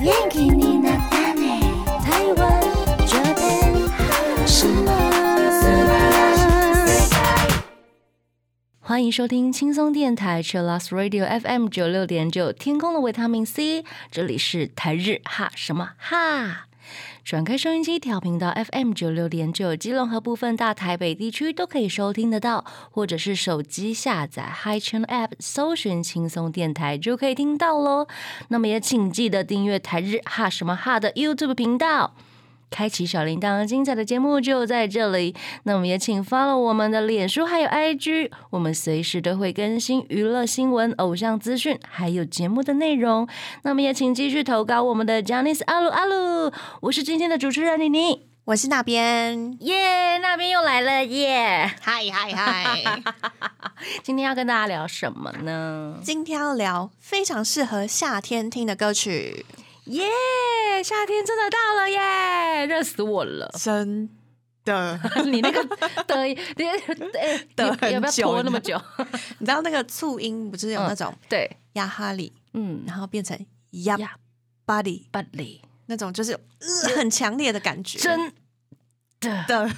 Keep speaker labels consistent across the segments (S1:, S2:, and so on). S1: 元気になったね台湾 Japan 什么素晴らしい
S2: 欢迎收听轻松电台 Chillus Radio FM 九六点九，天空的维他命 C，这里是台日哈什么哈。转开收音机，调频道 FM 九六点九，基隆和部分大台北地区都可以收听得到，或者是手机下载 Hi Channel App，搜寻轻松电台就可以听到喽。那么也请记得订阅台日哈什么哈的 YouTube 频道。开启小铃铛，精彩的节目就在这里。那我们也请 follow 我们的脸书还有 IG，我们随时都会更新娱乐新闻、偶像资讯，还有节目的内容。那么也请继续投稿我们的 j a n i c e 阿鲁阿鲁，我是今天的主持人妮妮，
S3: 我是那边，
S2: 耶、那边又来了耶
S3: 嗨嗨嗨！
S2: 今天要跟大家聊什么呢？
S3: 今天要聊非常适合夏天听的歌曲，！
S2: 耶、夏天真的到了耶，热死我了
S3: 真的。
S2: 你那个的，你 哎，
S3: 得
S2: 你有没有
S3: 很久
S2: 拖那么久？
S3: 你知道那个促音不是有那种
S1: 嗯
S2: 对，
S3: 呀哈里，
S2: 嗯，
S3: 然后变成呀
S2: 呀
S3: body
S2: 巴黎
S3: 那种，就是、呃很强烈的感觉，
S2: 真的。
S3: 的。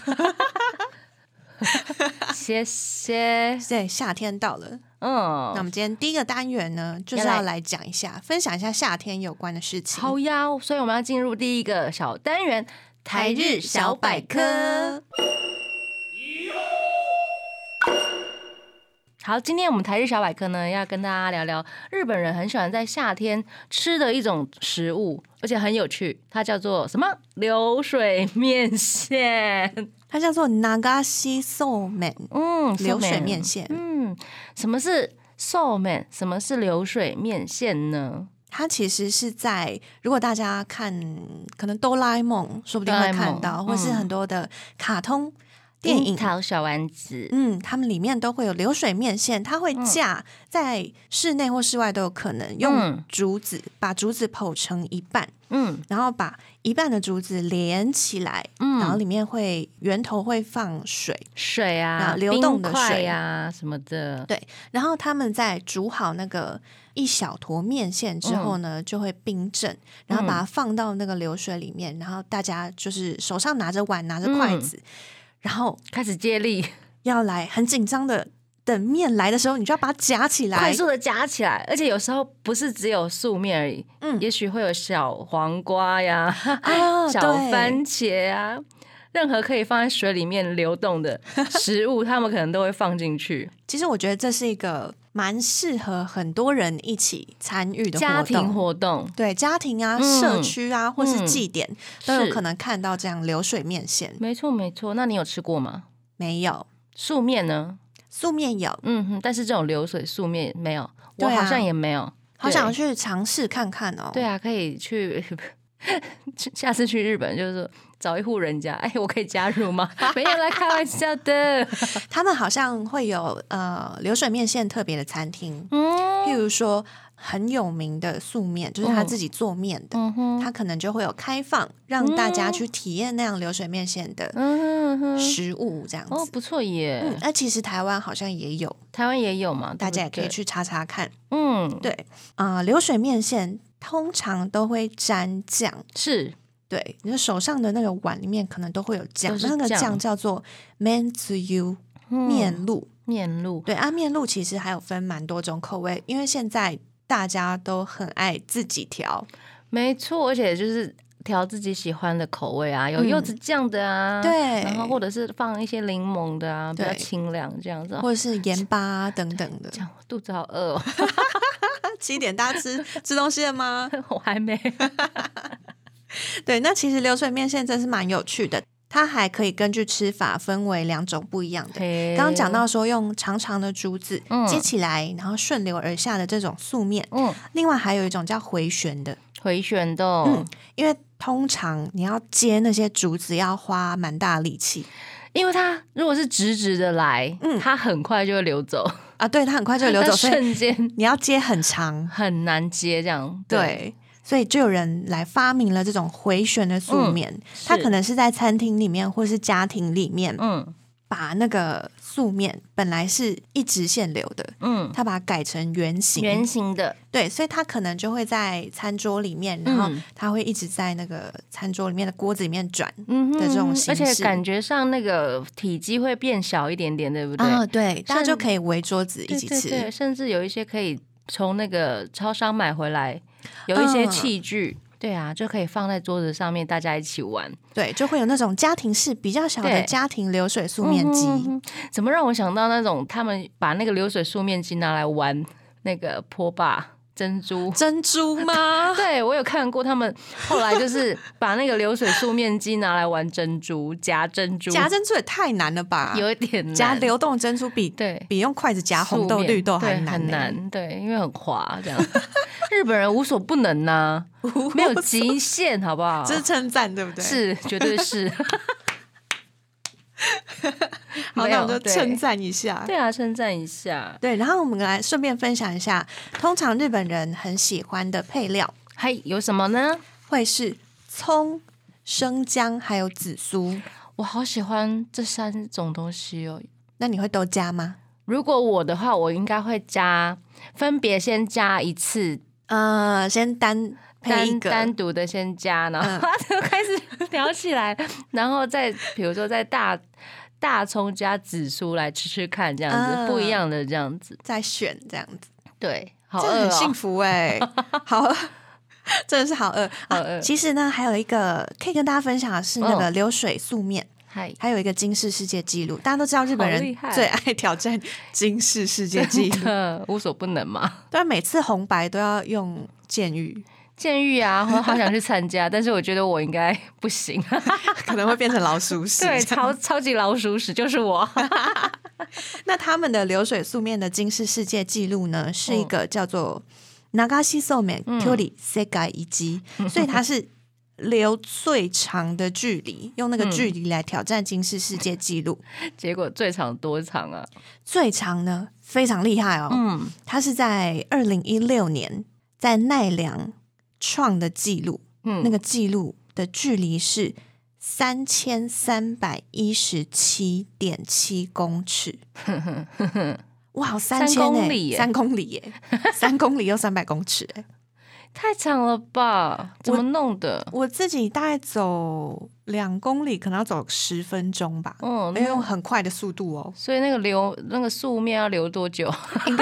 S2: 谢谢。
S3: 对，夏天到了，那我
S2: 嗯，
S3: 们今天第一个单元呢，就是
S2: 要来
S3: 要来讲一下，分享一下夏天有关的事情。
S2: 好呀，所以我们要进入第一个小单元——台日小百科。。好，今天我们台日小百科呢，要跟大家聊聊日本人很喜欢在夏天吃的一种食物，而且很有趣，它叫做什么？流水面线。
S3: 它叫做 Nagashi Soul Man，
S2: 嗯，
S3: 流水
S2: somen
S3: 面线
S2: 嗯，什么是寿面？什么是流水面线呢？
S3: 它其实是在如果大家看可能哆啦 A 梦，说不定会看
S2: 哆啦 A
S3: 到，
S2: 梦嗯
S3: 或是很多的卡通电
S2: 樱
S3: 影，
S2: 桃小丸子。
S3: 嗯，他们里面都会有流水面线，它
S2: 嗯
S3: 会架在室内或室外都有可能，用
S2: 嗯
S3: 竹子把竹子剖成一半，
S2: 嗯
S3: 然后把一半的竹子连起来，然后
S2: 嗯，
S3: 里面会源头会放水，
S2: 水啊，
S3: 啊流动的
S2: 冰块
S3: 水
S2: 呀、什么的。
S3: 然后他们在煮好那个一小坨面线之后
S2: 嗯
S3: 呢，就会冰镇，然后把它放到那个流水里面，然后大家就是手上拿着碗拿着
S2: 嗯
S3: 筷子，然后
S2: 开始接力，
S3: 要来很紧张的等面来的时候，你就要把它夹起来，
S2: 快速的夹起来，而且有时候不是只有素面而已，
S3: 嗯
S2: 也许会有小黄瓜呀、
S3: 啊，
S2: 小
S3: 对
S2: 番茄啊，任何可以放在水里面流动的食物，他们可能都会放进 去。
S3: 其实我觉得这是一个蛮适合很多人一起参与的
S2: 家
S3: 活
S2: 庭
S3: 动。
S2: 活动
S3: 对家庭啊、
S2: 嗯
S3: 社区啊，或是祭典，都有
S2: 是
S3: 可能看到这样流水面线。
S2: 没错没错。那你有吃过吗？
S3: 没有
S2: 素面呢？
S3: 素面有，
S2: 嗯哼，但是这种流水素面没有，我
S3: 对啊
S2: 好像也没有。
S3: 好
S2: 对
S3: 想要去尝试看看哦。
S2: 对啊，可以去，去 下次去日本就是说找一户人家，哎，我可以加入吗？没有啦，开玩笑的。
S3: 他们好像会有呃流水面线特别的餐厅，
S2: 嗯
S3: 譬如说很有名的素面，就是他自己做面的，
S2: 嗯哼，
S3: 他可能就会有开放让大家去体验那样流水面线的
S2: 嗯哼嗯哼，
S3: 食物这样
S2: 哦，
S3: 子。
S2: 不错耶，
S3: 嗯，那、其实台湾好像也有，
S2: 台湾也有嘛，
S3: 大家也可
S2: 对
S3: 以
S2: 不对。
S3: 去查查看。
S2: 嗯，
S3: 对啊、流水面线通常都会沾酱，
S2: 是
S3: 对，你的手上的那个碗里面可能都会有酱
S2: 都，是
S3: 那个
S2: 酱
S3: 酱嗯叫做 manzu 面露。
S2: 嗯面露，
S3: 对啊，面露其实还有分蛮多种口味，因为现在大家都很爱自己调。
S2: 没错，而且就是。调自己喜欢的口味啊，有
S3: 嗯
S2: 柚子酱的啊，
S3: 对
S2: 然后或者是放一些柠檬的啊，比较
S3: 对
S2: 清凉这样子。哦
S3: 或者是盐巴啊等等的
S2: 这。样我肚子好饿、哦，
S3: 七点大家 吃吃东西了吗？
S2: 我还没。
S3: 对，那其实流水面线真是蛮有趣的，它还可以根据吃法分为两种不一样的。
S2: 刚
S3: 刚刚讲到，说用长长的竹子
S2: 嗯
S3: 接起来，然后顺流而下的这种素面，
S2: 嗯，
S3: 另外还有一种叫回旋的，
S2: 回旋的哦、
S3: 嗯，因为通常你要接那些竹子要花蛮大的力气
S2: 因为它如果是直直的来，
S3: 嗯
S2: 它很快就会流走，
S3: 啊，对，它很快就 流走，
S2: 但
S3: 所以
S2: 瞬间
S3: 你要接 很长，
S2: 很难接这样。，
S3: 对，所以就有人来发明了这种回旋的素面，
S2: 嗯
S3: 它
S2: 是
S3: 可能是在餐厅里面或是家庭里面
S2: 嗯，
S3: 把那个素面本来是一直线流的，
S2: 嗯，
S3: 它把它改成圆形，
S2: 圆形的，
S3: 对，所以它可能就会在餐桌里面，然后它会一直在那个餐桌里面的锅子里面转
S2: 嗯哼
S3: 的这种形
S2: 而
S3: 式。
S2: 且感觉上那个体积会变小一点点，对不对？
S3: 啊，对，大家
S2: 甚
S3: 就可以围桌子一
S2: 对
S3: 起
S2: 对
S3: 吃。
S2: 对，甚至有一些可以从那个超商买回来，有一些
S3: 嗯
S2: 器具，对啊，就可以放在桌子上面，大家一起玩。
S3: 对，就会有那种家庭式比较小
S2: 对
S3: 的家庭流水素面机，
S2: 嗯哼嗯哼怎么让我想到那种他们把那个流水素面机拿来玩那个坡霸珍珠？
S3: 珍珠吗？
S2: 对，我有看过他们后来就是把那个流水素面机拿来玩珍珠，夹珍珠，
S3: 夹珍珠也太难了吧？
S2: 有一 点难
S3: 夹流动珍珠比
S2: 对
S3: 比用筷子夹红
S2: 素
S3: 豆、
S2: 面
S3: 绿豆
S2: 对
S3: 还难、
S2: 很
S3: 呢。
S2: 难，对，因为很滑这样。日本人无所不能 呐、没有极限，好不好？
S3: 这是称赞，对不对？，
S2: 哦是，绝对是。
S3: 好，
S2: 没
S3: 那
S2: 有
S3: 我们就
S2: 对
S3: 称赞一下。
S2: 对啊，称赞一下。
S3: 对，然后我们来顺便分享一下，通常日本人很喜欢的配料
S2: 还有什么呢？
S3: 会是葱、生姜还有紫苏。
S2: 我好喜欢这三种东西哦。
S3: 那你会都加吗？
S2: 如果我的话，我应该会加，分别先加一次，
S3: 呃，先单配一
S2: 单
S3: 个，嗯
S2: 单独的先加，然后 就开始聊起来，然后再比如说再大大葱加紫苏来吃吃看，这样子
S3: 嗯
S2: 不一样的这样子，
S3: 再选这样子，
S2: 对，好
S3: 真的
S2: 饿
S3: 很幸
S2: 哦。
S3: 福哎、好饿。 真的是好饿
S2: 好
S3: 啊！
S2: 饿嗯
S3: 其实呢，还有一个可以跟大家分享的是那个流水素面，
S2: 嗨，
S3: 还有一个金氏世界纪录。大家都知道日本
S2: 好厉
S3: 人
S2: 害
S3: 最爱挑战金氏世界纪录，
S2: 呃， 无所不能嘛。
S3: 对啊，每次红白都要用剑玉，
S2: 监狱啊，我好想去参加，但是我觉得我应该不行。啊
S3: 可能会变成老鼠屎。
S2: 对，超超级老鼠屎就是 我。
S3: 那他们的流水素面的金氏世界纪录呢，是一个叫做 Nagashi 素面 Kuri Segai 一击，所以它是流最长的距离，用那个距离来挑战金氏世界纪录。
S2: 结果最长多长啊？
S3: 最长呢，非常厉害哦，
S2: 嗯，
S3: 它是在二零一六年在奈良创的纪录，
S2: 嗯
S3: 那个记录的距离是三千三百一十七点七 公尺。哇，三千
S2: 公
S3: 欸
S2: 里耶
S3: 三公里 耶，三公里又三百公尺哎！
S2: 太长了吧？怎么弄的？
S3: 我自己大概走两公里，可能要走十分钟吧，
S2: 嗯，
S3: 没
S2: 那
S3: 有用很快的速度哦。
S2: 所以那个留那个素面要留多久？ 而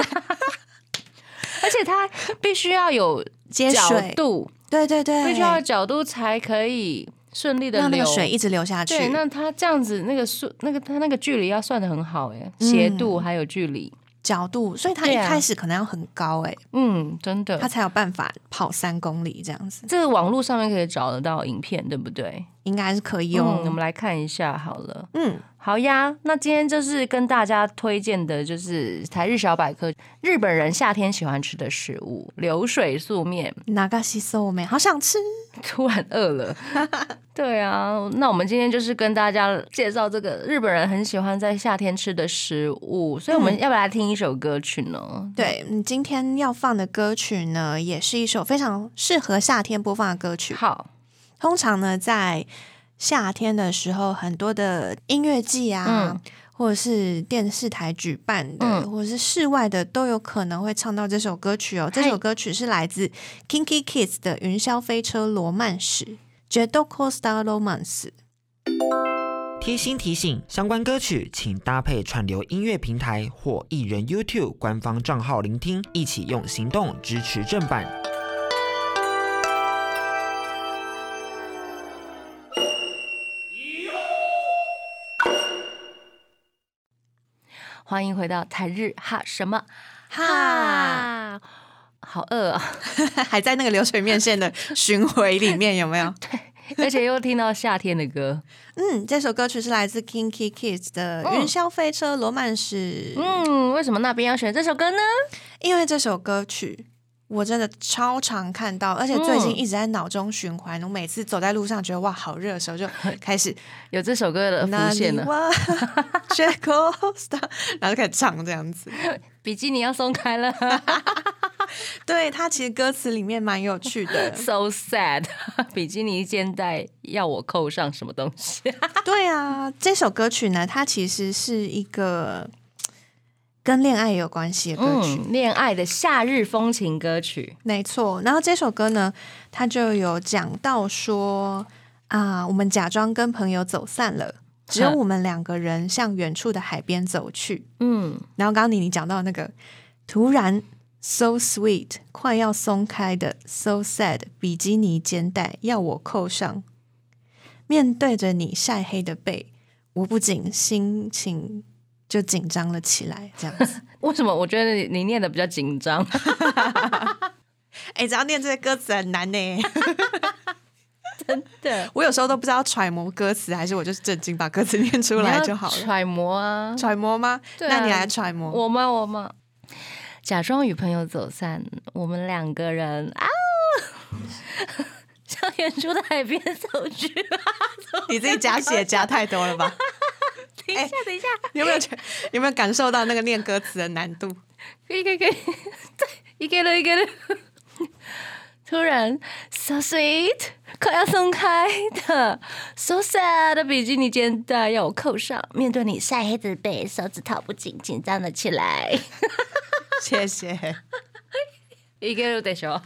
S2: 且它必须要有
S3: 接
S2: 角
S3: 水，
S2: 度，
S3: 对对
S2: 必
S3: 对，
S2: 须要有角度才可以顺利的
S3: 让那
S2: 流
S3: 个水。一直流下去。
S2: 对，那它这样子，那个速，那个它那个距离要算的很好，哎，斜度
S3: 嗯
S2: 还有距离，
S3: 角度，所以它一
S2: 对啊
S3: 开始可能要很高哎、
S2: 嗯，真的
S3: 它，才有办法跑三公里这样子，
S2: 这个网络上面可以找得到影片，对不对？
S3: 应该是可以
S2: 嗯
S3: 哦。
S2: 我们来看一下好了。
S3: 嗯，
S2: 好呀，那今天就是跟大家推荐的，就是台日小百科，日本人夏天喜欢吃的食物——流水素面。
S3: 哪个西索美好想吃，
S2: 突然饿 了，对啊，那我们今天就是跟大家介绍这个日本人很喜欢在夏天吃的食物，所以
S3: 嗯
S2: 我们要不要来听一首歌曲呢？
S3: 对你今天要放的歌曲呢，也是一首非常适合夏天播放的歌曲。
S2: 好，
S3: 通常呢，在夏天的时候，很多的音乐季啊，或者是电视台举办的，
S2: 嗯
S3: 或者是室外的，都有可能会唱到这首歌曲哦。这首歌曲是来自 Kinky Kids 的《云霄飞车罗曼史》j e d o c o Star Romance》。
S4: 贴心提醒：相关歌曲请搭配串流音乐平台或艺人 YouTube 官方账号聆听，一起用行动支持正版。
S2: 欢迎回到台日哈什么
S3: 哈，
S2: 哈，好饿啊！
S3: 还在那个流水面线的巡回里面有没 有？
S2: 而且又听到夏天的歌，
S3: 嗯，这首歌曲是来自 Kinky Kids 的《
S2: 嗯
S3: 云霄飞车罗曼史》。
S2: 嗯，为什么那边要选这首歌呢？
S3: 因为这首歌曲我真的超常看到，而且最
S2: 嗯
S3: 近一直在脑中循环。我每次走在路上，觉得哇好热的时 候，就开始
S2: 有这首歌的
S3: 那
S2: 浮现
S3: 里
S2: 了，
S3: 哇 j a c o Star，然后就开始唱这样子。
S2: 比基尼要松开了。，
S3: 对它其实歌词里面蛮有趣的
S2: So sad，比基尼肩带要我扣上什么东西？
S3: 对啊，这首歌曲呢，它其实是一个跟恋爱有关系的歌曲，
S2: 嗯，恋爱的夏日风情歌曲。
S3: 没错。然后这首歌呢，它就有讲到说啊，我们假装跟朋友走散了，只有
S2: 哼
S3: 我们两个人向远处的海边走去。
S2: 嗯，
S3: 然后刚刚你你讲到那个突然 so sweet 快要松开的 so sad 比基尼肩带要我扣上，面对着你晒黑的背，我不仅心情就紧张了起来，这样子。
S2: 为什么我觉得你你念的比较紧张？
S3: 哎、只要念这些歌词很难呢、
S2: 对，
S3: 我有时候都不知道揣摩歌词，还是我就是正经把歌词念出来就好
S2: 你要
S3: 了。
S2: 揣摩啊，
S3: 揣摩吗？
S2: 对啊
S3: 那你来揣摩。
S2: 我吗？我吗？假装与朋友走散，我们两个人啊， 向远处的海边走去。
S3: 你自己加血加太多了吧？
S2: 等一下，等一下，
S3: 你有没有觉有没有感受到那个念歌词的难度？
S2: 可以可以可以， 对，一个了一个了。突然，so sweet，快要松开的，so sad 的比基尼肩带要我扣上，面对你晒黑的背，手指套不紧，紧张了起来。
S3: 谢谢。
S2: 一个了得说，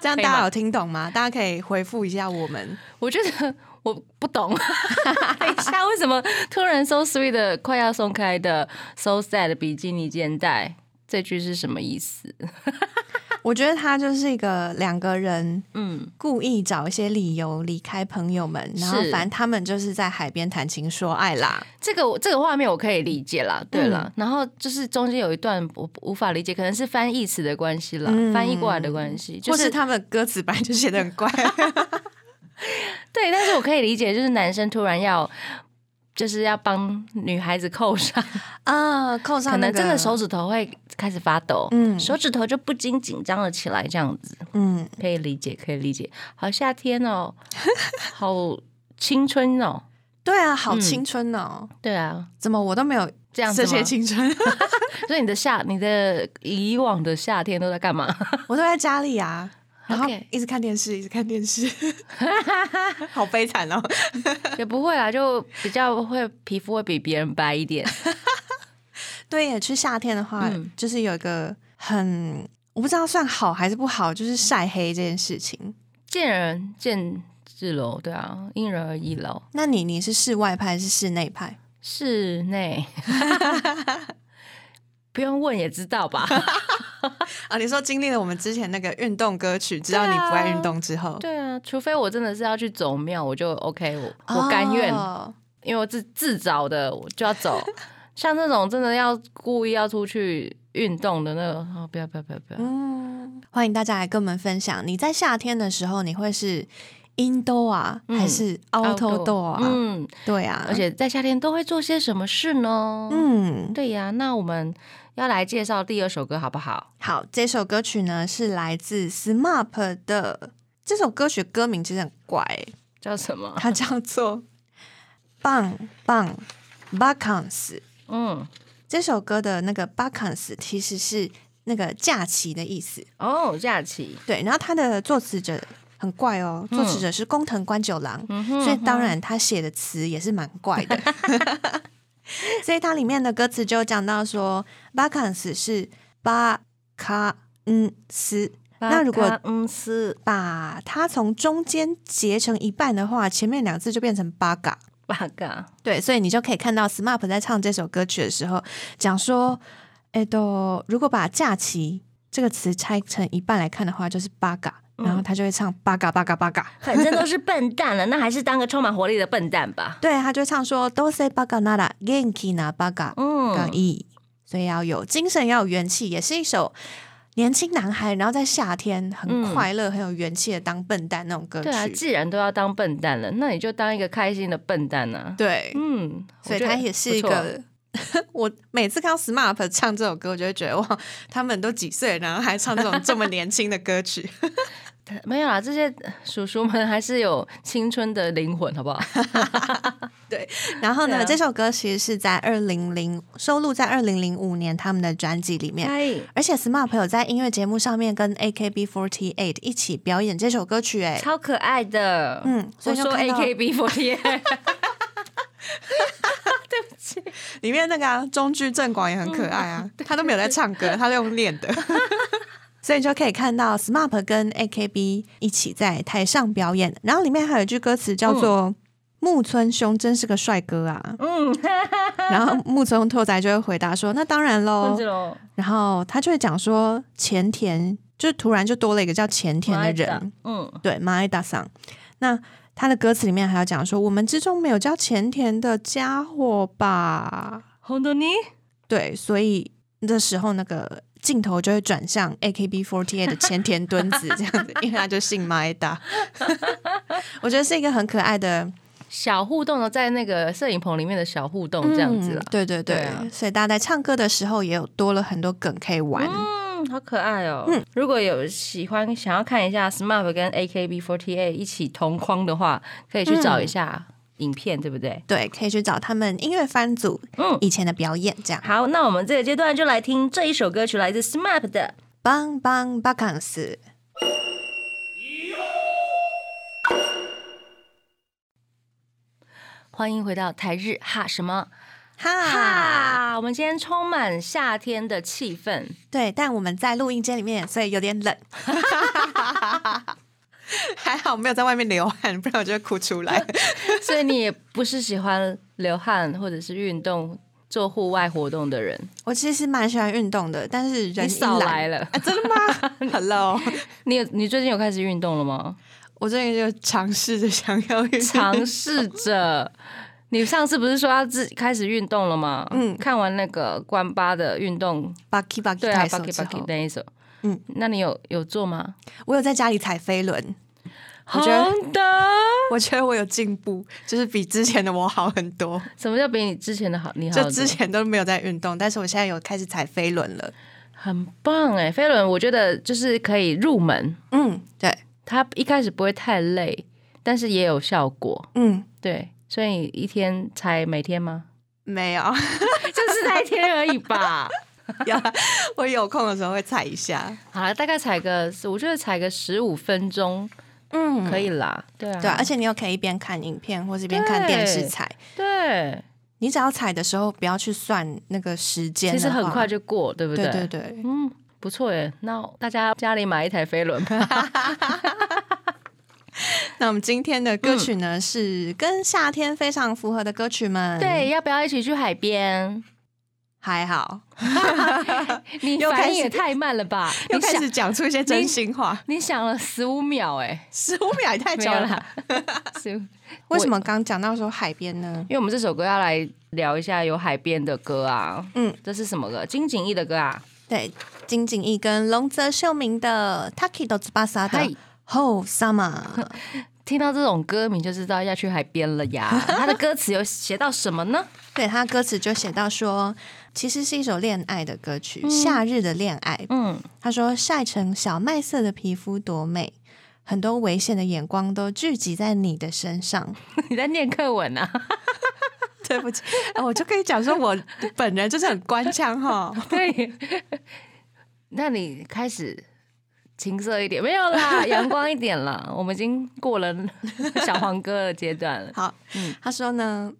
S3: 这样
S2: 可以吗
S3: 大家有听懂吗？大家可以回复一下我们。
S2: 我觉得我不懂， 等一下为什么突然 so sweet 的快要松开的，so sad 的比基尼肩带，这句是什么意思？
S3: 我觉得他就是一个两个人
S2: 嗯，
S3: 故意找一些理由离开朋友们，然后
S2: 是
S3: 反正他们就是在海边谈情说爱啦。
S2: 这个我这个画面我可以理解
S3: 嗯
S2: 啦，对了，然后就是中间有一段我无法理解，可能是翻译词的关系啦，
S3: 嗯
S2: 翻译过来的关系，就
S3: 或是他们的歌词本来就写的很 怪，
S2: 对，但是我可以理解，就是男生突然要。就是要帮女孩子扣上，
S3: 啊，扣上
S2: 可能
S3: 那个
S2: 真的手指头会开始发抖，
S3: 嗯
S2: 手指头就不禁紧张了起来，这样子
S3: 嗯，
S2: 可以理解，可以理解。好夏天 哦，好青春哦，
S3: 对啊，好青春哦！
S2: 对啊，
S3: 怎么我都没有
S2: 这样子
S3: 这
S2: 吗
S3: 些青春，
S2: 所以你的夏，你的以往的夏天都在干嘛？
S3: 我都在家里 啊。然后
S2: OK
S3: 一直看电视，一直看电视， 好悲惨哦！
S2: 也不会啦，就比较会皮肤会比别人白一点。
S3: 对耶，去夏天的话，
S2: 嗯
S3: 就是有一个很我不知道算好还是不好，就是晒黑这件事情。
S2: 见人见智喽，对啊，因人而异喽。
S3: 那你你是室外派还是室内派？
S2: 室内 不用问也知道吧？
S3: 啊，你说经历了我们之前那个运动歌曲，知道你
S2: 对啊
S3: 不爱运动之后，
S2: 对啊，除非我真的是要去走庙，我就 OK，我
S3: 哦
S2: 我甘愿，因为我自自找的，我就要 走。像这种真的要故意要出去运动的那种，哦，不要不要不要不要，
S3: 嗯，欢迎大家来跟我们分享，你在夏天的时候你会是 indoor 啊，
S2: 嗯
S3: 还是
S2: outdoor
S3: outdoor 啊？
S2: 嗯，
S3: 对啊，
S2: 而且在夏天都会做些什么事呢？
S3: 嗯，
S2: 对呀，那我们要来介绍第二首歌好不好？
S3: 好，这首歌曲呢是来自 SMAP 的，这首歌曲歌名其实很怪、
S2: 叫什么？
S3: 它叫 做《棒棒 Vacances》。
S2: 嗯，
S3: 这首歌的那个 Vacances 其实是那个假期的意思。
S2: 哦，假期，
S3: 对，然后它的作词者很怪哦，作词者是工藤官九郎，
S2: 嗯哼
S3: 所以当然他写的词也是蛮怪的。 所以它里面的歌词就讲到说，Vacances 是巴卡嗯斯。那如果
S2: 嗯是
S3: 把它从中间截成一半的话，前面两字就变成八嘎。
S2: 八嘎，
S3: 对，所以你就可以看到 SMAP 在唱这首歌曲的时候，讲说，哎，都如果把“假期”这个词拆成一半来看的话，就是八嘎，然
S2: 嗯
S3: 后他就会唱八嘎八嘎八嘎。
S2: 反正都是笨蛋了，那还是当个充满活力的笨蛋吧。
S3: 对，他就会唱说 “do se baga nada genki na baga
S2: 嗯，
S3: i”，所以要有精神，要有元气，也是一首年轻男孩，然后在夏天很
S2: 嗯
S3: 快乐、很有元气的当笨蛋那种歌曲。
S2: 对啊，既然都要当笨蛋了，那你就当一个开心的笨蛋啊。
S3: 对
S2: 嗯，
S3: 所
S2: 我
S3: 以
S2: 觉得
S3: 他也是一
S2: 不错啊
S3: 个。 我每次看到 SMAP 唱这首歌，我就会觉得哇，他们都几岁了，然后还唱这种这么年轻的歌曲。
S2: 没有啦，这些叔叔们还是有青春的灵魂，好不 好？
S3: 然后呢，
S2: 对啊
S3: 这首歌其实是在二零零收录在二零零五年他们的专辑里面。
S2: 哎，
S3: 而且 SMAP 有在音乐节目上面跟 AKB48 一起表演这首歌曲，哎，
S2: 超可爱的。
S3: 嗯所
S2: 我
S3: 以就
S2: 说
S3: 看
S2: A
S3: 到
S2: K B 4 8
S3: 里面那个、啊、中居正广也很可爱啊，他都没有在唱歌，他都用练的。 所以就可以看到 SMAP 跟 AKB 一起在台上表演，然后里面还有一句歌词叫做“木村兄真是个帅哥 啊”，
S2: 嗯，
S3: 然后木村拓哉就会回答说：“那当然喽。”
S2: 这种
S3: 然后他就会讲说前田，就突然就多了一个叫前田的人，，
S2: 嗯，
S3: 对，马爱达桑。那他的歌词里面还有讲说，我们之中没有叫前田的家伙吧？
S2: 红豆泥，
S3: 对，所以那时候那个镜头就会转向 AKB48 的前田敦子这样子，因为他就姓马爱达。 我觉得是一个很可爱的
S2: 小互动哦，在那个摄影棚里面的小互动哦这样子啦
S3: 嗯。对对对，
S2: 对啊
S3: 所以大家在唱歌的时候也有多了很多梗可以玩。
S2: 嗯，好可爱哦！
S3: 嗯
S2: 如果有喜欢想要看一下 SMAP 跟 AKB48 一起同框的话，可以去找一下影片，对不对？
S3: 对，可以去找他们音乐番组
S2: 嗯，
S3: 以前的表演，这样。
S2: 好，那我们这个阶段就来听这一首歌曲，来自 SMAP 的
S3: 邦邦巴康斯，
S2: 《欢迎回到台日哈什么
S3: 哈，
S2: 哈》。我们今天充满夏天的气氛，
S3: 对，但我们在录音间里面，所以有点冷。 还好没有在外面流汗，不然我就会哭出来。
S2: 所以你也不是喜欢流汗或者是运动。做户外活动的人，
S3: 我其实蛮喜欢运动的，但是
S2: 你
S3: 人一啊
S2: 少来
S3: 懒，
S2: 了。
S3: Hello，
S2: 你有你最近有开始运动了 吗？
S3: 我最近就尝试着想要运动。
S2: 尝试着。你上次不是说要自己开始运动了吗？嗯，
S3: 嗯
S2: 看完那个关八的运动，
S3: Bucky Bucky
S2: 对啊
S3: 带手
S2: ，Bucky
S3: 之
S2: Bucky
S3: 后
S2: 那一首，嗯
S3: 嗯，
S2: 那你有有做吗？
S3: 我有在家里踩飞轮，
S2: 好
S3: 觉得
S2: 的，
S3: 我觉得我有进步，就是比之前的我好很多。
S2: 什么叫比你之前的好？你好得
S3: 就
S2: 多，
S3: 之前都没有在运动，但是我现在有开始踩飞轮了。
S2: 很棒哎，飞轮，我觉得就是可以入门，
S3: 嗯，对，
S2: 它一开始不会太累，但是也有效果，
S3: 嗯，
S2: 对，所以一天才每天吗？
S3: 没有。
S2: 就是才一天而已吧。
S3: 呀，我有空的时候会踩一下。
S2: 好了，大概踩个，我觉得踩个十五分钟
S3: 嗯
S2: 可
S3: 以。
S2: 以啦，对啊，
S3: 对啊，而且你又可以一边看影片或是一边看电视踩。
S2: 对，
S3: 你只要踩的时候不要去算那个时间
S2: 其
S3: 的话，
S2: 实很快就过，对不
S3: 对
S2: 对？
S3: 对对，
S2: 嗯，不错耶。那大家家里买一台飞轮 吧。
S3: 那我们今天的歌曲呢、是跟夏天非常符合的歌曲们。，
S2: 对，要不要一起去海边？
S3: 还好，
S2: 你
S3: 又
S2: 反
S3: 开
S2: 应
S3: 始
S2: 也太慢了吧！
S3: 又
S2: 你
S3: 开
S2: 想，
S3: 始讲出一些真心话，
S2: 你想了十五秒，哎，
S3: 十五秒也太
S2: 没
S3: 久
S2: 有
S3: 了。
S2: 啦。15
S3: 为什么刚讲到说海边呢？
S2: 因为我们这首歌要来聊一下有海边的歌啊。
S3: 嗯，
S2: 这是什么歌？金景逸的歌啊。
S3: 对，金景逸跟龙泽秀明的 Taki do Tsubasa
S2: 嗨
S3: 的 Whole Summer。
S2: 听到这种歌名就知道要去海边了 呀。它的歌词有写到什么呢？
S3: 对他歌词就写到说，其实是一首恋爱的歌曲，夏日的恋爱。
S2: 嗯，
S3: 他说，晒成小麦色的皮肤多美，很多危险的眼光都聚集在你的身上。
S2: 你在念课文啊？
S3: 对不起，啊我就可以讲说，我本人就是很官腔哈。
S2: 对，那你开始青涩一点，没有啦，阳光一点啦。我们已经过了小黄歌的阶段了。
S3: 好
S2: 嗯，
S3: 他说呢，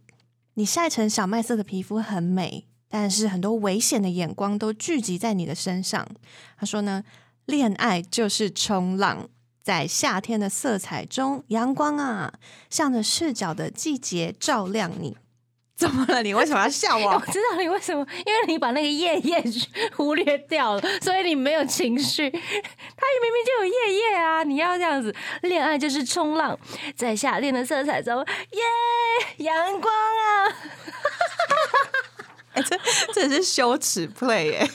S3: 你晒成小麦色的皮肤很美，但是很多危险的眼光都聚集在你的身上。他说呢，恋爱就是冲浪，在夏天的色彩中，阳光啊，向着视角的季节照亮你。 怎么了？你为什么要笑
S2: 我
S3: 我？
S2: 知道你为什么，因为你把那个夜夜忽略掉了，所以你没有情绪。他明明就有夜夜啊，你要这样子，恋爱就是冲浪，在夏天的色彩中，耶，阳光啊，
S3: 哎、这这是羞耻 play 哎、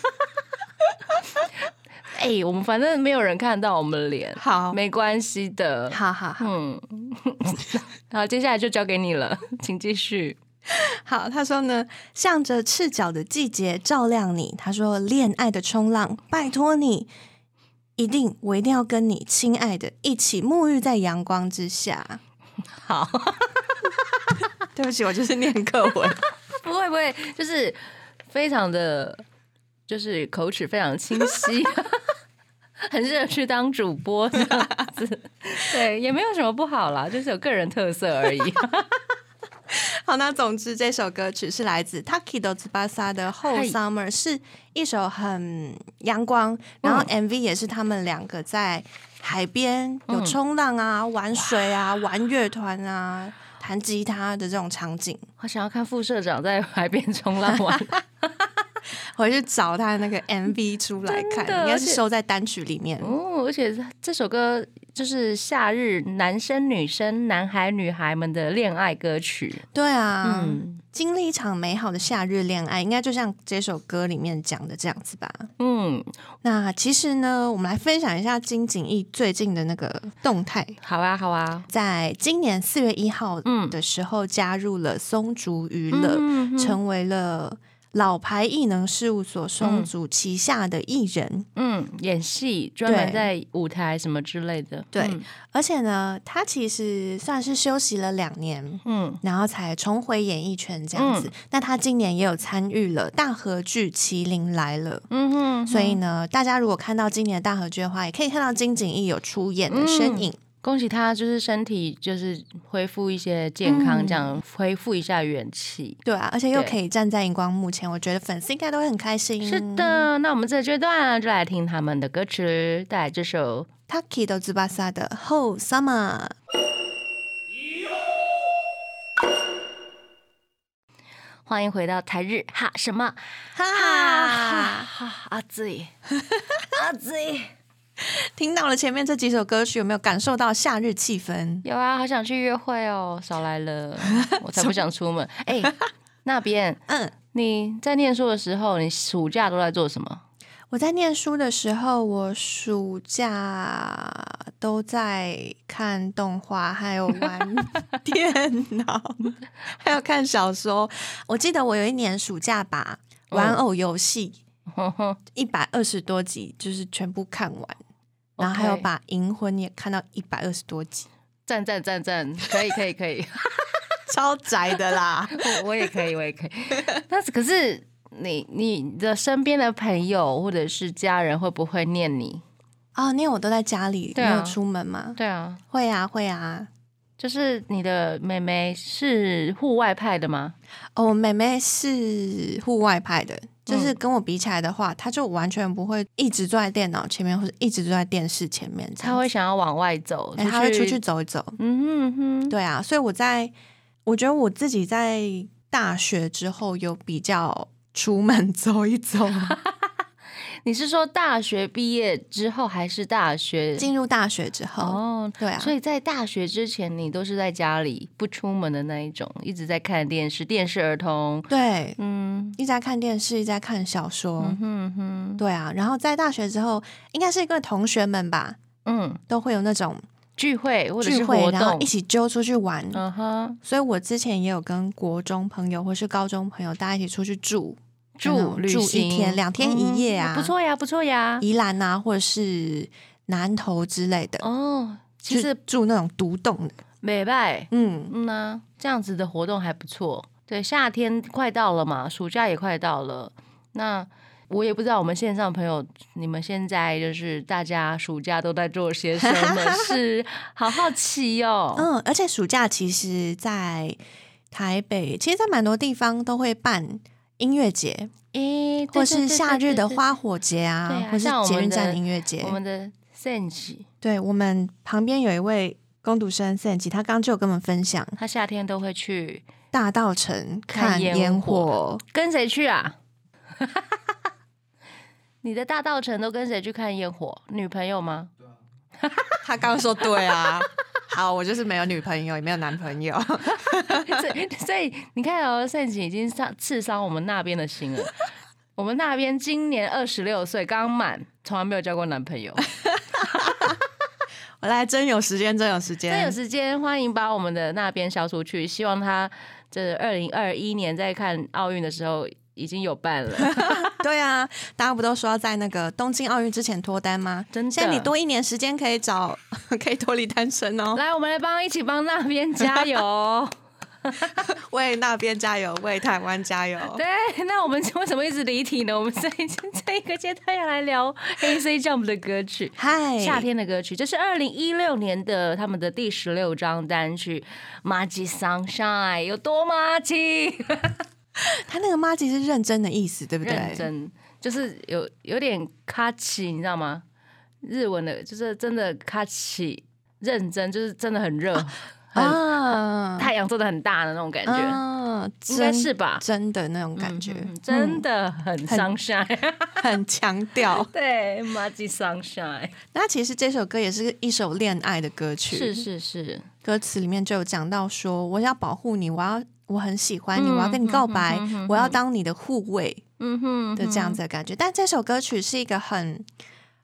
S2: 哎、我们反正没有人看到我们的脸，
S3: 好，
S2: 没关系的。
S3: 好好好。
S2: 嗯， 好，接下来就交给你了，请继续。
S3: 好，他说呢，向着赤脚的季节照亮你。他说，恋爱的冲浪，拜托你一定，我一定要跟你亲爱的一起沐浴在阳光之 下。
S2: 好，
S3: 对不起，我就是念课文。
S2: 不会不会，就是非常的，就是口齿非常清晰， 很适合去当主播这样子。 对，也没有什么不好啦，就是有个人特色而已。
S3: 好，那总之这首歌曲是来自 Taki d o t s b a s a 的《Whole
S2: 嗨
S3: Summer》，是一首很阳光，然后 MV 也是他们两个在海边有
S2: 嗯
S3: 冲浪啊、玩水啊、玩乐团啊、弹吉他的这种场景。
S2: 我想要看副社长在海边冲浪玩，
S3: 回去找他的那个 MV 出来
S2: 真
S3: 看，
S2: 的
S3: 应该
S2: 而且
S3: 是收在单曲里面。
S2: 哦，而且这首歌就是夏日男生、女生、男孩、女孩们的恋爱歌曲。
S3: 对啊，
S2: 嗯
S3: 经历一场美好的夏日恋爱，应该就像这首歌里面讲的这样子吧。
S2: 嗯，
S3: 那其实呢，我们来分享一下金景逸最近的那个动态。
S2: 好啊，好啊。
S3: 在今年四月一号
S2: 嗯
S3: 的时候，加入了松竹娱乐，
S2: 嗯哼
S3: 成为了老牌艺能事务所松竹旗下的艺人。
S2: 嗯，演戏专门
S3: 对
S2: 在舞台什么之类的。
S3: 对
S2: 嗯
S3: 而且呢，他其实算是休息了两年，
S2: 嗯，
S3: 然后才重回演艺圈这样子。那他今年也有参与了大合剧《麒麟来了》。
S2: 嗯哼，
S3: 所以呢，大家如果看到今年的大合剧的话，也可以看到金景逸有出演的身
S2: 嗯
S3: 影。
S2: 恭喜他，就是身体就是恢复一些健康，
S3: 嗯
S2: 这样、恢复一下元气。
S3: 对啊，而且又
S2: 对
S3: 可以站在荧光幕前，我觉得粉丝应该都会很开心。
S2: 是的，那我们这个阶段就来听他们的歌曲，带来这首
S3: Taki 的 Tsubasa 的《Whole Summer》。
S2: 欢迎回到台日哈什么
S3: 哈
S2: 哈
S3: 哈，
S2: 哈阿 Z 阿 Z
S3: 听到了前面这几首歌曲，有没有感受到夏日气氛？
S2: 有啊，好想去约会哦，少来 了，我才不想出门。哎、那边
S3: 嗯，
S2: 你在念书的时候，你暑假都在做什么？
S3: 我在念书的时候，我暑假都在看动画，还有玩电脑，还有看小说。我记得我有一年暑假把《玩偶游戏》一百二十多集，就是全部看完。然后还有
S2: OK
S3: 把《银魂》也看到一百二十多集，
S2: 赞赞赞赞，可以可以可 以，
S3: 超宅的啦。
S2: 我我也可以我也可以。但是可是你你的身边的朋友或者是家人会不会念你？
S3: 哦，那我都在家里，
S2: 对啊
S3: 没有出门吗？
S2: 对啊，
S3: 会啊，会啊。
S2: 就是你的妹妹是户外派的吗？
S3: 哦，我妹妹是户外派的，
S2: 嗯
S3: 就是跟我比起来的话，她就完全不会一直坐在电脑前面，或者一直坐在电视前面这样子。
S2: 她会想要往外走，
S3: 嗯哎，她会出去。走一走。
S2: 嗯哼哼，
S3: 对啊，所以我在，我觉得我自己在大学之后有比较出门 走一 走。
S2: 你是说大学毕业之后还是大学？
S3: 进入大学之后，
S2: 哦，
S3: 对啊
S2: 所以在大学之前，你都是在家里不出门的那一种，一直在看电视、电视儿童。
S3: 对，
S2: 嗯
S3: 一直在看电视，一直在看小说。
S2: 嗯哼哼，
S3: 对啊，然后在大学之后，应该是因为同学们吧，
S2: 嗯，
S3: 都会有那种
S2: 聚会或者
S3: 聚
S2: 是
S3: 会，
S2: 活
S3: 然后
S2: 动
S3: 一，起揪出去玩。
S2: 嗯哼，
S3: 所以我之前也有跟国中朋友或是高中朋友大家一起出去住，那
S2: 住
S3: 种
S2: 旅
S3: 住
S2: 行
S3: 一天、两天一夜
S2: 嗯
S3: 啊，
S2: 不错呀，不错呀。
S3: 宜兰啊，或者是南投之类的，
S2: 哦，
S3: 就
S2: 其实
S3: 住那种独栋的。
S2: 美拜，
S3: 嗯，
S2: 嗯呐、这样子的活动还不错。对，夏天快到了嘛，暑假也快到了。那我也不知道我们线上朋友，你们现在就是大家暑假都在做些什 么事，好好奇哦。
S3: 嗯，而且暑假其实，在台北，其实，在蛮多地方都会办音乐节，
S2: 诶、对
S3: 或是夏日的，花火节
S2: 对
S3: 啊
S2: 啊，
S3: 或是
S2: 像我
S3: 捷
S2: 们
S3: 运站
S2: 的
S3: 的音乐
S2: 对对对对
S3: 节
S2: 对我。们的 Sense，
S3: 对我们旁边有一位工读生 Sanji，他刚刚就有跟我们分享
S2: 他夏天都会去，
S3: 大道城
S2: 看
S3: 看
S2: 烟
S3: 烟
S2: 火
S3: 火。
S2: 跟谁去啊？ 你的大道城都跟谁去看烟火？女朋友吗？
S3: 他刚刚说 对啊，好，我就是没有女朋友，也没有男朋友。
S2: 所以所以你看哦，盛景已经伤刺伤我们那边的心了。我们那边今年二十六岁，刚满，从来没有交过男朋友。
S3: 我来，真有时间，真有时间，
S2: 真有时间，欢迎把我们的那边消出去。希望他这二零二一年在看奥运的时候已经有伴了。
S3: 对啊，大家不都说要在那个东京奥运之前脱单吗？
S2: 真的
S3: 现在你多一年时间可以找， 可以脱离单身哦。
S2: 来，我们来帮一起帮那边加油。
S3: 为那边加油，为台湾加油。
S2: 对，那我们为什么一直离题呢？我们这一这一个阶段要来聊 A C Jump 的歌曲。
S3: 嗨，
S2: 夏天的歌曲，这是二零一六年的他们的第十六张单曲《Magic Sunshine》，有多 magic？
S3: 他那个妈吉是认真的意思，对不对？
S2: 认真，就是有有点卡起，你知道吗？日文的，就是真的卡起，认真，就是真的很热，很、
S3: 啊，
S2: 太阳真的很大的那种感觉，
S3: 啊，
S2: 应该
S3: 真
S2: 是吧？
S3: 真的那种感觉，嗯
S2: 嗯真的很 sunshine，、。
S3: 很强调
S2: 对，Magic Sunshine，
S3: 那其实这首歌也是一首恋爱的歌曲，
S2: 是是是，
S3: 歌词里面就有讲到说，我要保护你，我要我很喜欢你，
S2: 嗯
S3: 我要跟你告白，
S2: 嗯嗯嗯嗯
S3: 我要当你的护卫
S2: 嗯哼
S3: 的这样子的感觉。但这首歌曲是一个很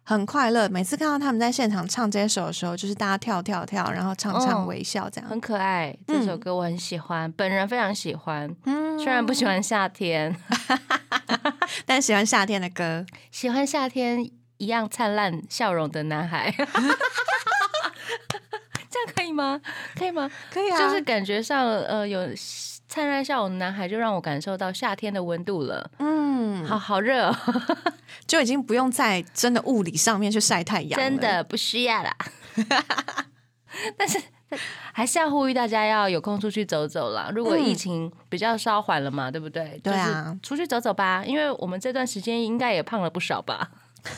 S3: 很快乐，每次看到他们在现场唱这首的时候，就是大家跳跳跳，然后唱
S2: 哦
S3: 唱微笑这样。
S2: 很可爱，这首歌我很喜欢，本人非常喜欢，
S3: 嗯，
S2: 虽然不喜欢夏天，
S3: 但喜欢夏天的歌，
S2: 喜欢夏天一样灿烂笑容的男孩。 这样可以吗？可以吗？
S3: 可以啊，
S2: 就是感觉上，呃，有灿烂笑容的男孩，就让我感受到夏天的温度了。
S3: 嗯，
S2: 好好热、哦，
S3: 就已经不用在真的物理上面去晒太阳了，
S2: 真的不需要 啦。但是还是要呼吁大家要有空出去走走啦。如果
S3: 嗯
S2: 疫情比较稍缓了嘛，对不嗯对？
S3: 对啊，
S2: 出去走走吧，因为我们这段时间应该也胖了不少吧。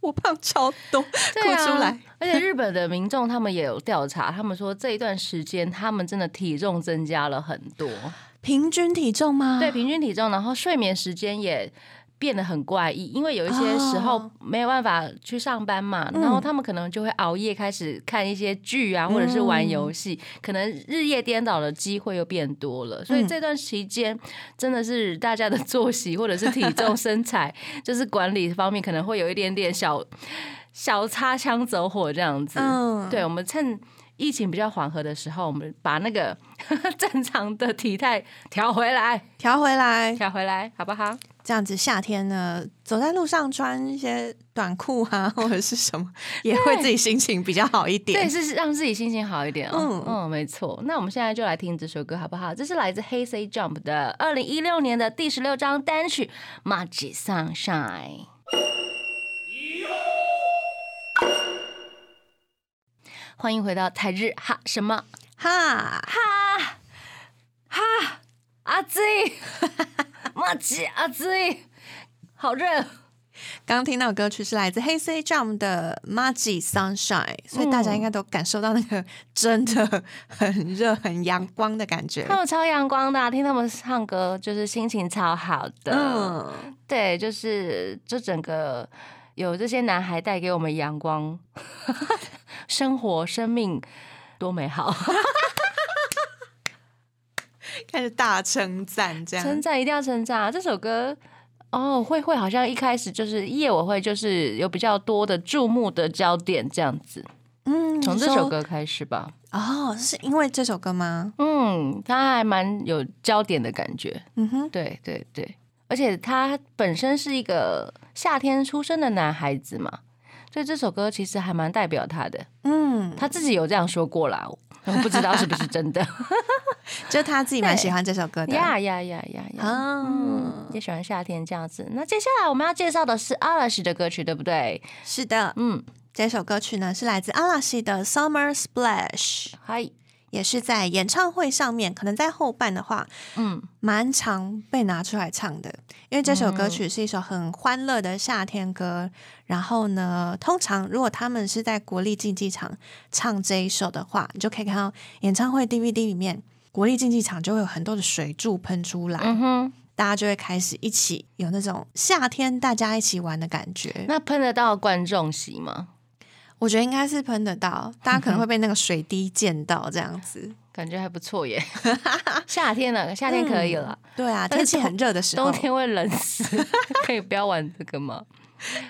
S3: 我胖超多，哭
S2: 对啊
S3: 出来。
S2: 而且日本的民众他们也有调查，他们说这一段时间他们真的体重增加了很多，
S3: 平均体重吗？
S2: 对平均体重，然后睡眠时间也。变得很怪异，因为有一些时候
S3: 哦
S2: 没有办法去上班嘛，
S3: 嗯
S2: 然后他们可能就会熬夜开始看一些剧啊，或者是
S3: 嗯
S2: 玩游戏，可能日夜颠倒的机会又变多了，所以
S3: 嗯
S2: 这段期间真的是大家的 作息或者是体 重、身材，就是管理方面可能会有一点点小小擦枪走火这样子。
S3: 嗯，
S2: 对，我们趁疫情比较缓和的时候，我们把那个 正常的体态调回来，
S3: 调 回来，
S2: 调回来，好不好？
S3: 这样子夏天呢，走在路上穿一些短裤啊， 或者是什么，也会自己心情比较好一
S2: 对，
S3: 点。
S2: 是让自己心情好一点、哦。嗯
S3: 嗯
S2: 嗯，没错。那我们现在就来听这首歌，好不好？这是来自 Hey Say Jump 的二零一六年的第十六张单曲《Magic Sunshine》。欢迎回到台日哈什么
S3: 哈，
S2: 哈哈阿 Z，马吉阿 Z，好热，
S3: 刚刚听到的歌曲是来自黑 C Jump 的《Magic Sunshine》，所以大家应该都感受到那个真的很热、很阳光的感觉
S2: 他。们超阳光的啊、听他们唱歌就是心情超好的。
S3: 嗯，
S2: 对，就是就整个有这些男孩带给我们阳光， 生活、生命多美好，
S3: 开始大称赞 这
S2: 称
S3: 样。
S2: 赞一定要称赞啊！这首歌。哦，会会好像一开始就是夜我会就是有比较多的注目的焦点这样子，
S3: 嗯，
S2: 从
S3: 你
S2: 这首
S3: 说
S2: 歌开始吧。
S3: 哦，是因为这首歌吗？
S2: 嗯，他还蛮有焦点的感觉，
S3: 嗯哼，
S2: 对对对，而且他本身是一个夏天出生的男孩子嘛，所以这首歌其实还蛮代表他的，
S3: 嗯，
S2: 他自己有这样说过啦，我不知道是不是真 的，
S3: 就他自己蛮喜欢这首歌的。哦
S2: 呀呀呀呀呀，嗯
S3: 啊，，
S2: 也喜欢夏天这样子。那接下来我们要介绍的是阿拉什的歌曲，对不对？
S3: 是的，
S2: 嗯，
S3: 这首歌曲呢是来自阿拉西的《Summer Splash》，
S2: 嗨，
S3: 也是在演唱会上面，可能在后半的话，
S2: 嗯
S3: 蛮常被拿出来唱的。因为这首歌曲是一首很欢乐的夏天歌。然后呢，通常如果他们是在国立竞技场唱这一首的话，你就可以看到演唱会 DVD 里面，国立竞技场就会有很多的水柱喷出来，
S2: 嗯哼，
S3: 大家就会开始一起有那种夏天大家一起玩的感觉。
S2: 那喷得到观众席吗？
S3: 我觉得应该是喷得到，大家可能会被那个水滴溅到这样子。
S2: 感觉还不错耶，夏天了，夏天可以了。
S3: 对啊，
S2: 但是
S3: 天气很热的时候，
S2: 冬天会冷死， 可以不要玩这个吗？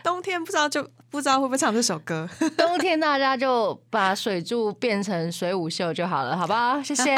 S3: 冬天不知道就不知道会不会唱这首歌。
S2: 冬天大家就 把水柱变成水舞秀就好了，好不好？谢谢。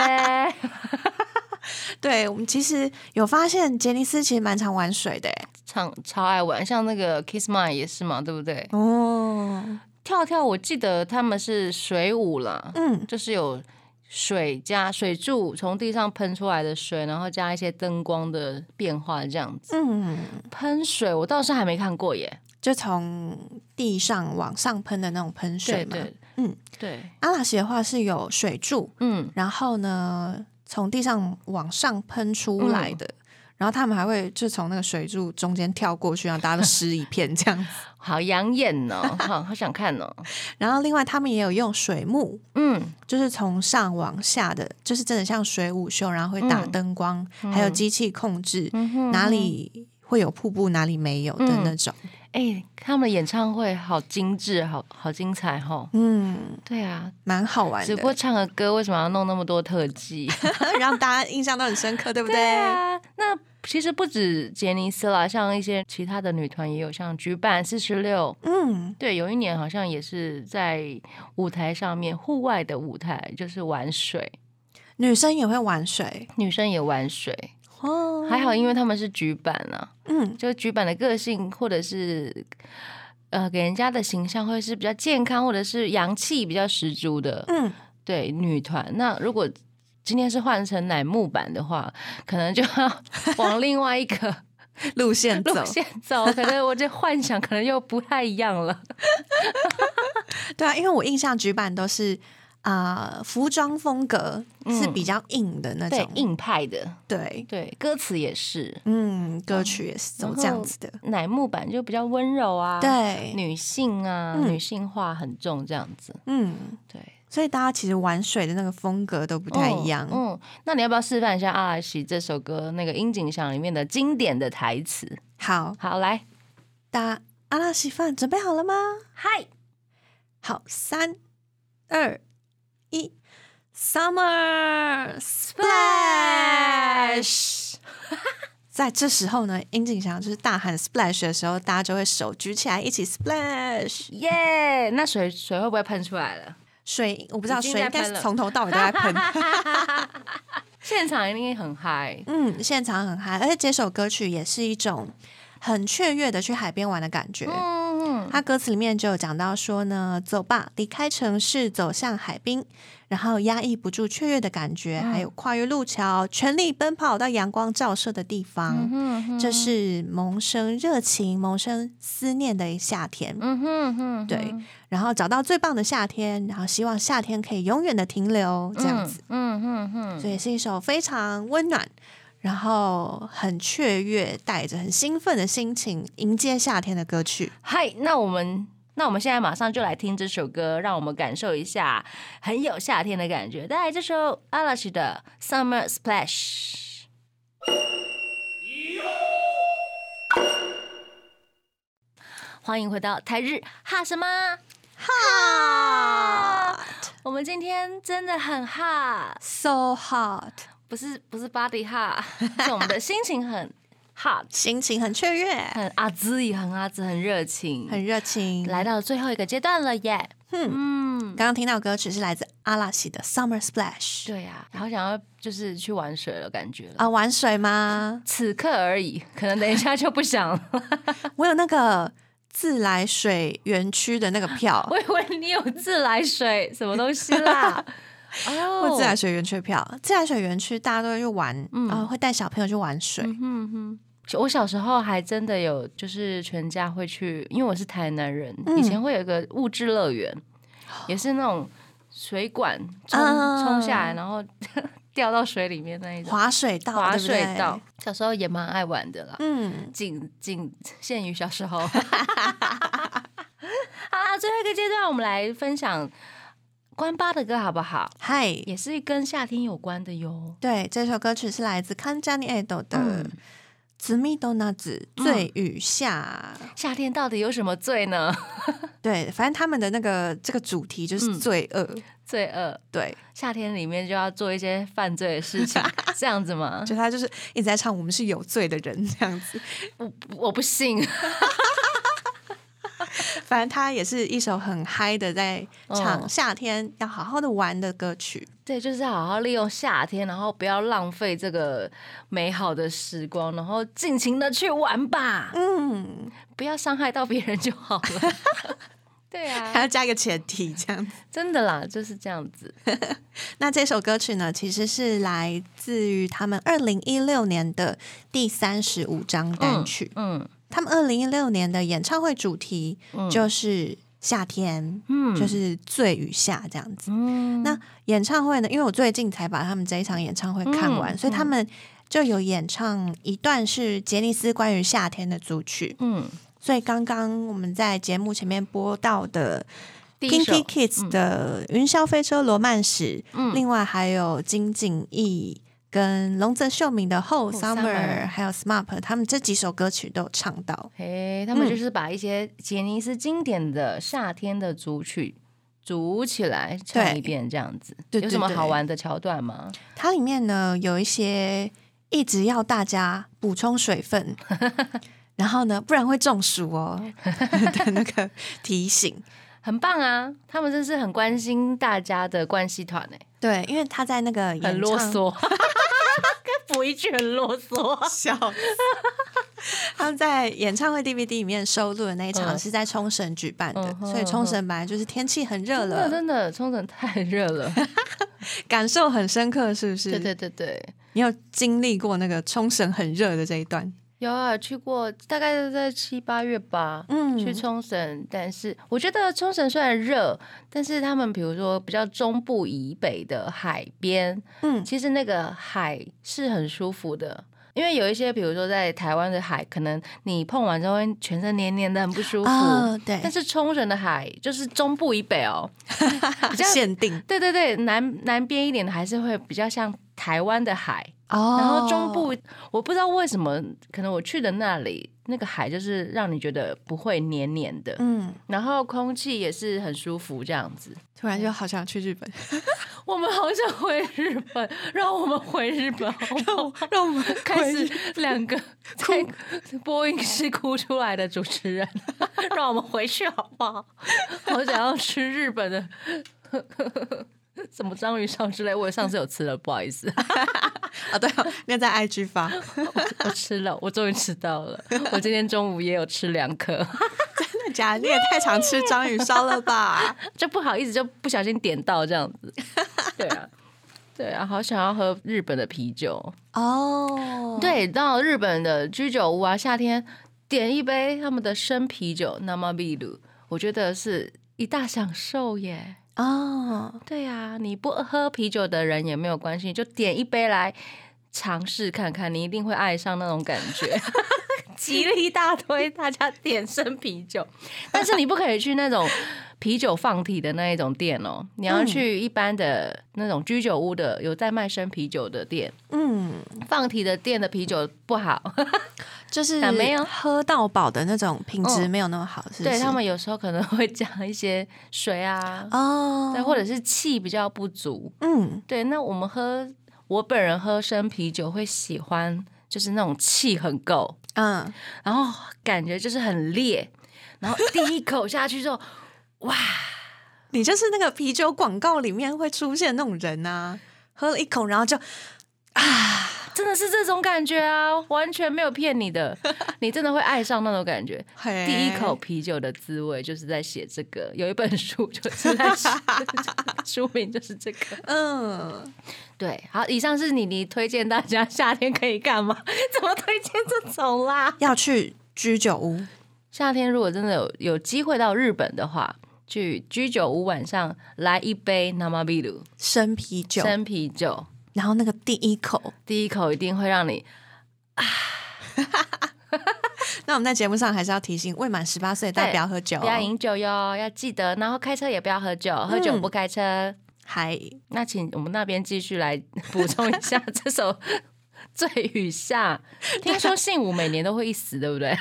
S3: 对我们其实有发现，杰尼斯其实蛮常玩水的欸。
S2: 唱超爱玩，像那个 Kiss Mine 也是嘛，对不对？
S3: 哦，
S2: 跳跳，我记得他们是水舞啦，
S3: 嗯，
S2: 就是有水加水柱从地上喷出来的水，然后加一些灯光的变化这样子。
S3: 嗯，
S2: 喷水我倒是还没看过耶，
S3: 就从地上往上喷的那种喷水
S2: 对
S3: 嘛。
S2: 对，
S3: 嗯，
S2: 对，
S3: 阿拉西的话是有水柱，
S2: 嗯，
S3: 然后呢从地上往上喷出来的。然后他们还会就从那个水柱中间跳过去，让大家都湿一片这样子。
S2: 好养眼哦，好好想看哦，
S3: 然后另外他们也有用水幕，
S2: 嗯，
S3: 就是从上往下的，就是真的像水舞秀，然后会打
S2: 嗯
S3: 灯光，还有机器控制、
S2: 嗯哼
S3: 哪里会有瀑布，哪里没有的
S2: 嗯
S3: 那种。
S2: 哎、他们的演唱会好精致，好好精彩哦。
S3: 嗯，
S2: 对啊，
S3: 蛮好玩
S2: 只不过
S3: 的，
S2: 唱个歌为什么要弄那么多特技？
S3: 让大家印象都很深刻，对不对？
S2: 对啊，那其实不止杰尼斯啦，像一些其他的女团也有，像举办四十六，
S3: 嗯，
S2: 对，有一年好像也是在舞台上面，户外的舞台就是玩水，
S3: 女生也会玩水
S2: 女生也玩水，
S3: 哦
S2: 还好因为他们是举办啊，
S3: 嗯
S2: 就举办的个性或者是。呃，给人家的形象会是比较健康，或者是阳气比较十足的，
S3: 嗯，
S2: 对女团。那如果今天是换成乃木坂的话，可能就要 往另外一个
S3: 路线走，
S2: 路线走，可能我这幻想可能又不太一样了。
S3: 对啊，因为我印象举版都是啊、呃服装风格是比较硬的那
S2: 嗯对
S3: 种，，
S2: 硬派的，
S3: 对，
S2: 对，歌词也是。
S3: 嗯，歌曲也是走这样子的，
S2: 乃木坂就比较温柔啊，，
S3: 对，
S2: 女性啊，
S3: 嗯
S2: 女性化很重，这样子，
S3: 嗯，
S2: 对，
S3: 所以大家其实玩水的那个风格都不太一样，
S2: 嗯，嗯那你要不要示范一下阿拉西这首歌那个樱井响里面的经典的台词？
S3: 好，
S2: 好，来，
S3: 大家阿拉西饭准备好了吗？
S2: 嗨，
S3: 好，三、二、一，Summer Splash！在这时候呢，樱井翔就是大喊 Splash 的时候，大家就会手举起来一起 Splash。
S2: 耶！那水水会不会喷出来了？
S3: 水我不知道，
S2: 已经
S3: 水
S2: 在
S3: 应该
S2: 喷
S3: 是
S2: 了
S3: 从头到尾都在 喷。
S2: 现场一定很嗨，
S3: 嗯，现场很嗨，而且这首歌曲也是一种很雀跃的去海边玩的感觉。
S2: 嗯，
S3: 他歌词里面就有讲到说呢，走吧，离开城市，走向海滨，然后压抑不住雀跃的感觉，
S2: 嗯
S3: 还有跨越路桥，全力奔跑到阳光照射的
S2: 嗯
S3: 地方，这是萌生热情、萌生思念的夏天。
S2: 嗯哼哼，
S3: 对，然后找到最棒的夏天，然后希望夏天可以永远的停留，这样子，
S2: 嗯哼哼，
S3: 所以是一首非常温暖。然后很雀跃，带着很兴奋的心情迎接夏天的歌曲。
S2: 嗨，那我们那我们现在马上就来听这首歌，让我们感受一下很有夏天的感觉。带来这首阿拉西的《Summer Splash》。欢迎回到台日哈什么哈？我们今天真的很哈，
S3: So hot，
S2: 不是不是 body 哈，是我们的心情很 hot，
S3: 心情很雀跃，
S2: 很阿兹，很阿兹，很热情，
S3: 很热情。
S2: 来到最后一个阶段了耶。嗯，
S3: 刚刚听到歌曲是来自阿拉西的《Summer Splash》
S2: 对呀、好想要就是去玩水了，感觉了。
S3: 啊，玩 水吗？
S2: 此刻而已，可能等一下就不想了。
S3: 我有那个自来水园区的那个 票，
S2: 我以为你有自来水什么东西啦。
S3: 或
S2: 哦
S3: 自来水园区的票。自来水园区大家都会去玩，
S2: 嗯
S3: 啊，会带小朋友去玩水。
S2: 嗯哼，我小时候还真的有，就是全家会去，因为我是台南人，
S3: 嗯
S2: 以前会有一个物质乐园，也是那种水管冲
S3: 啊
S2: 冲下来，然后 掉到水里面那一种
S3: 滑水道，
S2: 滑
S3: 对不
S2: 水
S3: 对
S2: 道。，小时候也蛮爱玩的啦。
S3: 嗯，
S2: 仅仅限于小时候。好啦，最后一个阶段，我们来分享关八的歌好不好？
S3: 嗨，
S2: 也是跟夏天有关的哟。
S3: 对，这首歌曲是来自康佳尼爱豆的
S2: 嗯
S3: 《紫蜜豆那子醉雨下》。
S2: 夏天到底有什么罪呢？
S3: 对，反正他们的那个这个主题就是
S2: 嗯
S3: 罪恶。
S2: 罪恶。
S3: 对，
S2: 夏天里面就要做一些犯罪的事情，这样子吗？
S3: 就他就是一直在唱我们是有罪的人这样子，
S2: 我不信。
S3: 反正它也是一首很嗨的，在唱
S2: 嗯
S3: 夏天要好好的玩的歌曲。
S2: 对，就是好好利用夏天，然后不要浪费这个美好的时光，然后尽情的去玩吧，
S3: 嗯，
S2: 不要伤害到别人就好了。 对
S3: 还
S2: 啊，
S3: 要加一个前提这样子。
S2: 真的啦，就是这样子。
S3: 那这首歌曲呢，其实是来自于他们二零一六年的第三十五张单曲。
S2: 嗯
S3: 他们二零一六年的演唱会主题就是夏天，
S2: 嗯
S3: 就是醉与夏这样子。
S2: 嗯
S3: 那演唱会呢，因为我最近才把他们这一场演唱会看完，
S2: 嗯
S3: 所以他们就有演唱一段是杰尼斯关于夏天的组曲。
S2: 嗯，
S3: 所以刚刚我们在节目前面播到的
S2: 第一首嗯
S3: Kinky Kids 的《云霄飞车罗曼史》，另外还有金景逸跟龙泽秀明的《后
S2: Whole
S3: Summer》，
S2: Summer
S3: 还有 SMAP，他们这几首歌曲都有唱到。
S2: 诶，他们
S3: 嗯
S2: 就是把一些杰尼斯经典的夏天的组曲组起来唱
S3: 对
S2: 一遍，这样子。
S3: 对
S2: 有
S3: 对
S2: 什么
S3: 对
S2: 好玩的桥段吗？
S3: 它里面呢有一些一直要大家补充 水分，然后呢不然会中暑哦的那个提醒。
S2: 很棒啊！他们真是很关心大家的关系团诶，
S3: 对，因为他在那个演唱
S2: 很啰嗦， 该补一句很啰嗦。
S3: 笑死。他们在演唱会 DVD 里面收录的那一场
S2: 嗯
S3: 是在冲绳举办的，
S2: 嗯哼
S3: 所以冲绳本来就是天气很热
S2: 真的
S3: 了，
S2: 真的，冲绳太热 了。
S3: 感受很深刻，是不是？
S2: 对对对对，
S3: 你有经历过那个冲绳很热的这一段？
S2: 有啊，去过，大概是在七八月吧。
S3: 嗯
S2: 去冲绳，但是我觉得冲绳虽然热，但是他们比如说比较中部以北的海边，
S3: 嗯
S2: 其实那个海是很舒服的，因为有一些，比如说在台湾的海，可能你碰完之后会全身黏黏的，很不舒服。
S3: 啊，对，
S2: 但是冲绳的海就是中部以北 哦，比较
S3: 限定
S2: 对对对，南南边一点的还是会比较像台湾的海，
S3: 哦
S2: 然后中部我不知道为什么，可能我去的那里那个海就是让你觉得不会黏黏的，
S3: 嗯，
S2: 然后空气也是很舒服这样子。
S3: 突然就好想 去日本，
S2: 我们好想回日本，让我们回日本好不好？
S3: 让我们
S2: 开
S3: 回
S2: 始两 个在播音室哭出来的主持人， 让我们回去好不好？好想要吃日本的 什么章鱼烧之类，我上次有吃了，不好意思，
S3: 啊，对哦，那在 IG 发，
S2: 我吃了，我终于吃到了，我今天中午也有吃两颗，
S3: 真的假的？你也太常吃章鱼烧了 吧？
S2: 就不好意思就不小心点到这样子，对啊。对啊，好想要喝日本的啤酒。
S3: 哦，
S2: 对，到日本的居酒屋啊，夏天点一杯他们的生啤酒 n a m a b i r u 我觉得是一大享受耶。
S3: 哦，
S2: 对啊，你不喝啤酒的人也没有关系，你就点一杯来尝试看看，你一定会爱上那种感 觉。 极力大推大家点生啤酒，但是你不可以去那种啤酒放题的那一种店哦，你要
S3: 嗯
S2: 去一般的那种居酒屋的有在卖生啤酒的店，
S3: 嗯，
S2: 放题的店的啤酒不好。
S3: 就是
S2: 但没有
S3: 喝到饱的那种品质
S2: 嗯
S3: 没有那么好，是不是？
S2: 对他们有时候可能会加一些水啊，
S3: 哦，
S2: 对，或者是气比较不足。
S3: 嗯，
S2: 对，那我们喝，我本人喝生啤酒会喜欢，就是那种气很够，
S3: 嗯，
S2: 然后感觉就是很烈，然后第一口下去之后， 哇，
S3: 你就是那个啤酒广告里面会出现那种人呐、喝了一口然后就
S2: 真的是这种感觉啊，完全没有骗你的，你真的会爱上那种感觉。
S3: 嘿
S2: 第一口啤酒的滋味就是在写这个，有一本书就是 在写，书名就是这个。
S3: 嗯，
S2: 对，好，以上是你你推荐大家夏天可以干嘛？ 怎么推荐这种啦？
S3: 要去居酒屋，
S2: 夏天如果真的有有机会到日本的话，去居酒屋晚上来一杯 namabiru
S3: 生啤酒，
S2: 生啤酒，
S3: 然后那个第一口，
S2: 第一口一定会让你
S3: 那我们在节目上还是要提醒未满十八岁的大家不要喝酒、
S2: 不要饮酒哟，要记得，然后开车也不要喝酒，喝酒不开车。
S3: 还
S2: 那请我们那边继续来补充一下这首《 醉与夏》。听说信武每年都会一死，对不对？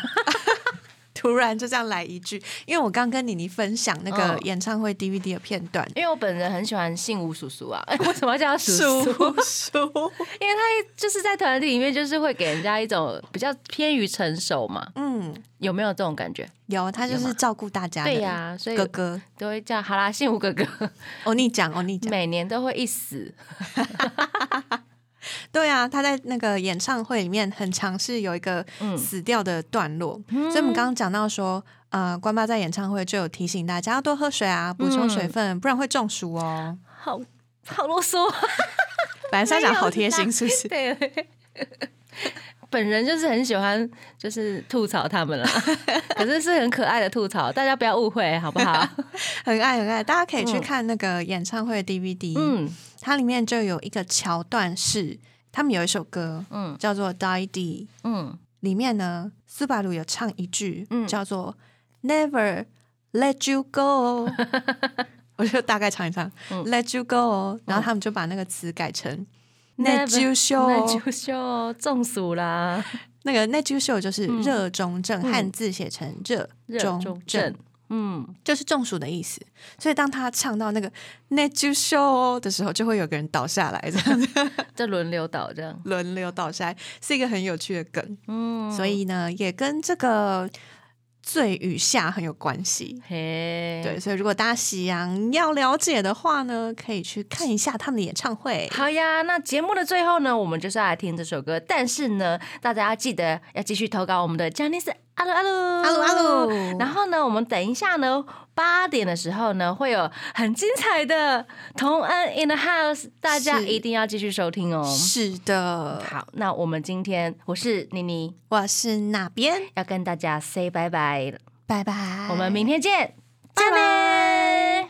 S3: 突然就这样来一句，因为我刚跟妮妮分享那个
S2: 嗯
S3: 演唱会 DVD 的片段，
S2: 因为我本人很喜欢信吴叔叔啊，哎 为什么要叫他叔
S3: 叔
S2: 叔？
S3: 叔，
S2: 因为他就是在团体里面，就是会给人家一种比较偏于成熟嘛，
S3: 嗯，
S2: 有没有这种感觉？
S3: 有他就
S2: 有吗
S3: 是照顾大家的，
S2: 对呀、所以
S3: 哥哥，
S2: 都会叫好啦，信吴哥 哥，
S3: 欧尼讲，欧尼讲，
S2: 每年都会一死，
S3: 对啊，他在那个演唱会里面很尝试有一个
S2: 嗯
S3: 死掉的段落，所以我们刚刚讲到说，呃，关爸在演唱会就有提醒大家要多喝水啊，补充水
S2: 嗯
S3: 分，不然会中暑哦。
S2: 好好啰 嗦。
S3: 本来是要讲好贴
S2: 没有
S3: 心，
S2: 啦
S3: 是不是？
S2: 对， 本人就是很喜欢，就是吐槽他 们了，可是是很可爱的吐槽，大家不要误会，好不 好？
S3: 很爱很爱，大家可以去
S2: 嗯
S3: 看那个演唱会 DVD，、
S2: 嗯
S3: 它里面就有一个桥段是他们有一首歌
S2: 嗯
S3: 叫做《Die D》，
S2: 嗯，
S3: 里面呢，斯巴鲁有唱一句，
S2: 嗯
S3: 叫做 “Never let you go”，我就大概唱一唱、
S2: 嗯
S3: “Let you go”，然后他们就把那个词改成 “Net you
S2: Never-
S3: show”。
S2: 那就秀中暑啦，
S3: 那个 “Net you show” 就是热中症，
S2: 嗯
S3: 汉字写成热
S2: 热
S3: 中
S2: 中
S3: 症
S2: 症，，嗯，
S3: 就是中暑的意思。所以当他唱到那个 “Net you show” 的时候，就会有个人倒下来，这样子
S2: 这轮流倒这样，
S3: 轮流倒下来，是一个很有趣的梗。
S2: 嗯，
S3: 所以呢，也跟这个醉与下很有关系。
S2: 嘿，
S3: 对，，所以如果大家想要了解的话呢，可以去看一下他们的演唱会。
S2: 好呀，那节目的最后呢，我们就是要来听这首歌，但是呢，大家要记得要继续投稿我们的 j a n i c e 阿鲁阿鲁阿
S3: 鲁阿鲁
S2: 然后呢，我们等一下呢，八点的时候呢，会有很精彩的同恩 in the house，大家
S3: 是
S2: 一定要继续收听哦。
S3: 是的，
S2: 好，那我们今天我是妮妮，
S3: 我是哪边？
S2: 要跟大家 say 拜拜了，
S3: 拜拜，
S2: 我们明天见，
S3: 拜
S2: 拜。